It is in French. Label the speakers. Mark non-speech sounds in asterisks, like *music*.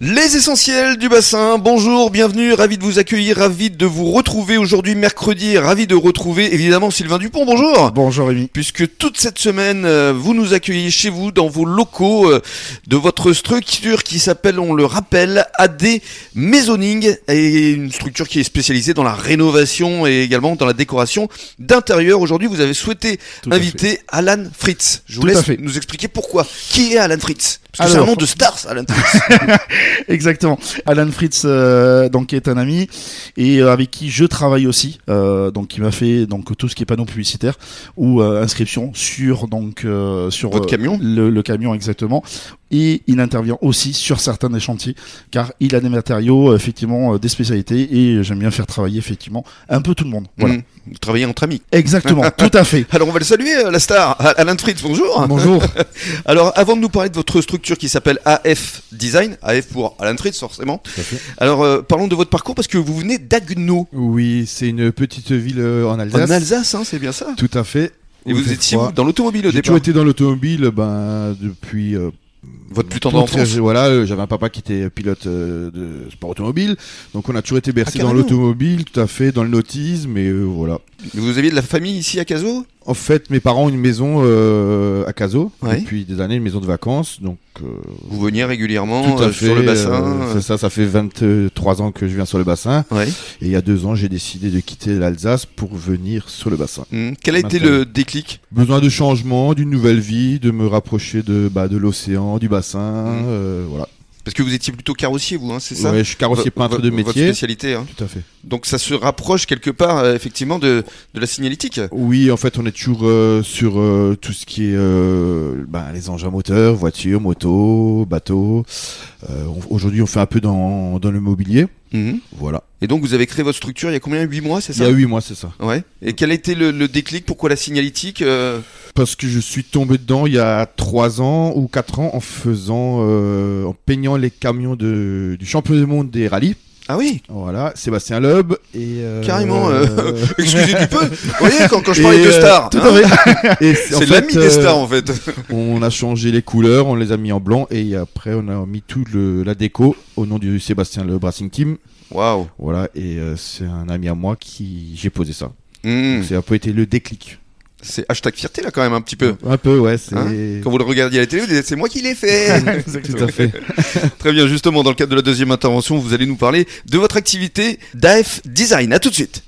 Speaker 1: Les essentiels du bassin, bonjour, bienvenue, ravi de vous accueillir, ravi de vous retrouver aujourd'hui mercredi, et ravi de retrouver évidemment Sylvain Dupont, bonjour
Speaker 2: Bonjour Rémi.
Speaker 1: Puisque toute cette semaine, euh, vous nous accueillez chez vous, dans vos locaux, euh, de votre structure qui s'appelle, on le rappelle, AD Maisoning, et une structure qui est spécialisée dans la rénovation et également dans la décoration d'intérieur. Aujourd'hui, vous avez souhaité
Speaker 2: Tout à
Speaker 1: inviter Alan Fritz. Je vous
Speaker 2: Tout à
Speaker 1: laisse
Speaker 2: fait.
Speaker 1: nous expliquer pourquoi. Qui est Alan Fritz Parce que c'est
Speaker 2: Alors.
Speaker 1: un nom de stars, Alan Fritz.
Speaker 2: *laughs* Exactement. Alan Fritz, euh, donc, est un ami et euh, avec qui je travaille aussi. euh, donc, il m'a fait donc tout ce qui est panneau publicitaire ou euh, inscription sur donc euh, sur
Speaker 1: Votre
Speaker 2: euh,
Speaker 1: camion
Speaker 2: le, le camion exactement. Et il intervient aussi sur certains des chantiers car il a des matériaux euh, effectivement euh, des spécialités et j'aime bien faire travailler effectivement un peu tout le monde. Voilà.
Speaker 1: Mm. Vous travaillez entre amis. *laughs*
Speaker 2: Exactement. tout à fait.
Speaker 1: Alors on va le saluer, euh, la star, Al- Alain Fritz, bonjour.
Speaker 2: Bonjour.
Speaker 1: *laughs* Alors avant de nous parler de votre structure qui s'appelle AF Design, AF pour Alain Fritz forcément, alors euh, parlons de votre parcours parce que vous venez d'Agno,
Speaker 3: Oui, c'est une petite ville euh, en
Speaker 1: en
Speaker 3: Alsace.
Speaker 1: Alsace, hein, c'est bien ça
Speaker 3: Tout à fait.
Speaker 1: Et
Speaker 3: Où il
Speaker 1: vous
Speaker 3: fait
Speaker 1: étiez
Speaker 3: froid.
Speaker 1: vous, dans l'automobile au
Speaker 3: J'ai
Speaker 1: départ
Speaker 3: toujours été dans l'automobile ben, depuis. euh,
Speaker 1: Votre plus
Speaker 3: toute-
Speaker 1: tendre enfance
Speaker 3: Voilà, euh, j'avais un papa qui était pilote euh, de sport automobile. Donc on a toujours été bercé
Speaker 1: Ah,
Speaker 3: dans
Speaker 1: carrément.
Speaker 3: l'automobile, tout à fait, dans le nautisme. Et euh, voilà.
Speaker 1: Vous aviez de la famille ici à Cazaux
Speaker 3: En fait, mes parents ont une maison euh, à Cazaux
Speaker 1: Ouais.
Speaker 3: depuis des années, une maison de vacances. Donc euh,
Speaker 1: Vous veniez régulièrement
Speaker 3: tout à
Speaker 1: euh,
Speaker 3: fait.
Speaker 1: sur le
Speaker 3: euh,
Speaker 1: bassin euh,
Speaker 3: c'est ça, ça fait 23 ans que je viens sur le bassin.
Speaker 1: ouais.
Speaker 3: Et il y a deux ans, j'ai décidé de quitter l'Alsace pour venir sur le bassin.
Speaker 1: Mm. Quel a été
Speaker 3: Maintenant.
Speaker 1: le déclic
Speaker 3: Besoin de changement, d'une nouvelle vie, de me rapprocher de, bah, de l'océan, du bassin,
Speaker 1: Mm.
Speaker 3: euh, voilà.
Speaker 1: Parce que vous étiez plutôt carrossier vous, hein, c'est ça
Speaker 3: Ouais, je suis carrossier
Speaker 1: Vo-
Speaker 3: peintre
Speaker 1: vo-
Speaker 3: de
Speaker 1: Votre
Speaker 3: métier.
Speaker 1: spécialité. hein.
Speaker 3: Tout à fait.
Speaker 1: Donc ça se rapproche quelque part euh, effectivement de, de la signalétique.
Speaker 3: Oui, en fait, on est toujours euh, sur euh, tout ce qui est euh, bah, les engins moteurs, voitures, motos, bateaux. Euh, on- Aujourd'hui, on fait un peu dans, dans le mobilier.
Speaker 1: Mhm.
Speaker 3: Voilà.
Speaker 1: Et donc vous avez créé votre structure il y a combien 8 mois, c'est
Speaker 3: Il y
Speaker 1: ça
Speaker 3: a huit mois, c'est ça.
Speaker 1: Ouais. Et quel a été le, le déclic Pourquoi la signalétique euh,
Speaker 3: Parce que je suis tombé dedans il y a 3 ans ou 4 ans en faisant, euh, en peignant les camions de, du champion du monde des rallyes.
Speaker 1: Ah
Speaker 3: *laughs*
Speaker 1: oui
Speaker 3: Voilà, Sébastien Loeb et euh,
Speaker 1: Carrément,
Speaker 3: *laughs*
Speaker 1: euh, *laughs*
Speaker 3: euh,
Speaker 1: Excusez du peu Vous voyez, quand, quand je
Speaker 3: Et,
Speaker 1: parlais de
Speaker 3: euh,
Speaker 1: stars,
Speaker 3: tout
Speaker 1: hein, *laughs*
Speaker 3: à fait. Et en
Speaker 1: c'est
Speaker 3: fait,
Speaker 1: l'ami
Speaker 3: euh,
Speaker 1: des stars en fait. *laughs*
Speaker 3: On a changé les couleurs, on les a mis en blanc et après on a mis tout le, la déco au nom du Sébastien Loeb Racing Team.
Speaker 1: Waouh
Speaker 3: Voilà, et euh, c'est un ami à moi qui j'ai posé ça.
Speaker 1: Mmh.
Speaker 3: Donc, C'est un peu été le déclic.
Speaker 1: C'est hashtag fierté là quand même un petit peu. Hein
Speaker 3: Un peu, ouais, c'est
Speaker 1: Quand vous le regardiez à la télé, vous dites c'est moi qui l'ai
Speaker 3: *laughs*
Speaker 1: fait
Speaker 3: tout à fait.
Speaker 1: Très bien, justement, dans le cadre de la deuxième intervention, vous allez nous parler de votre activité d'AF Design. À tout de suite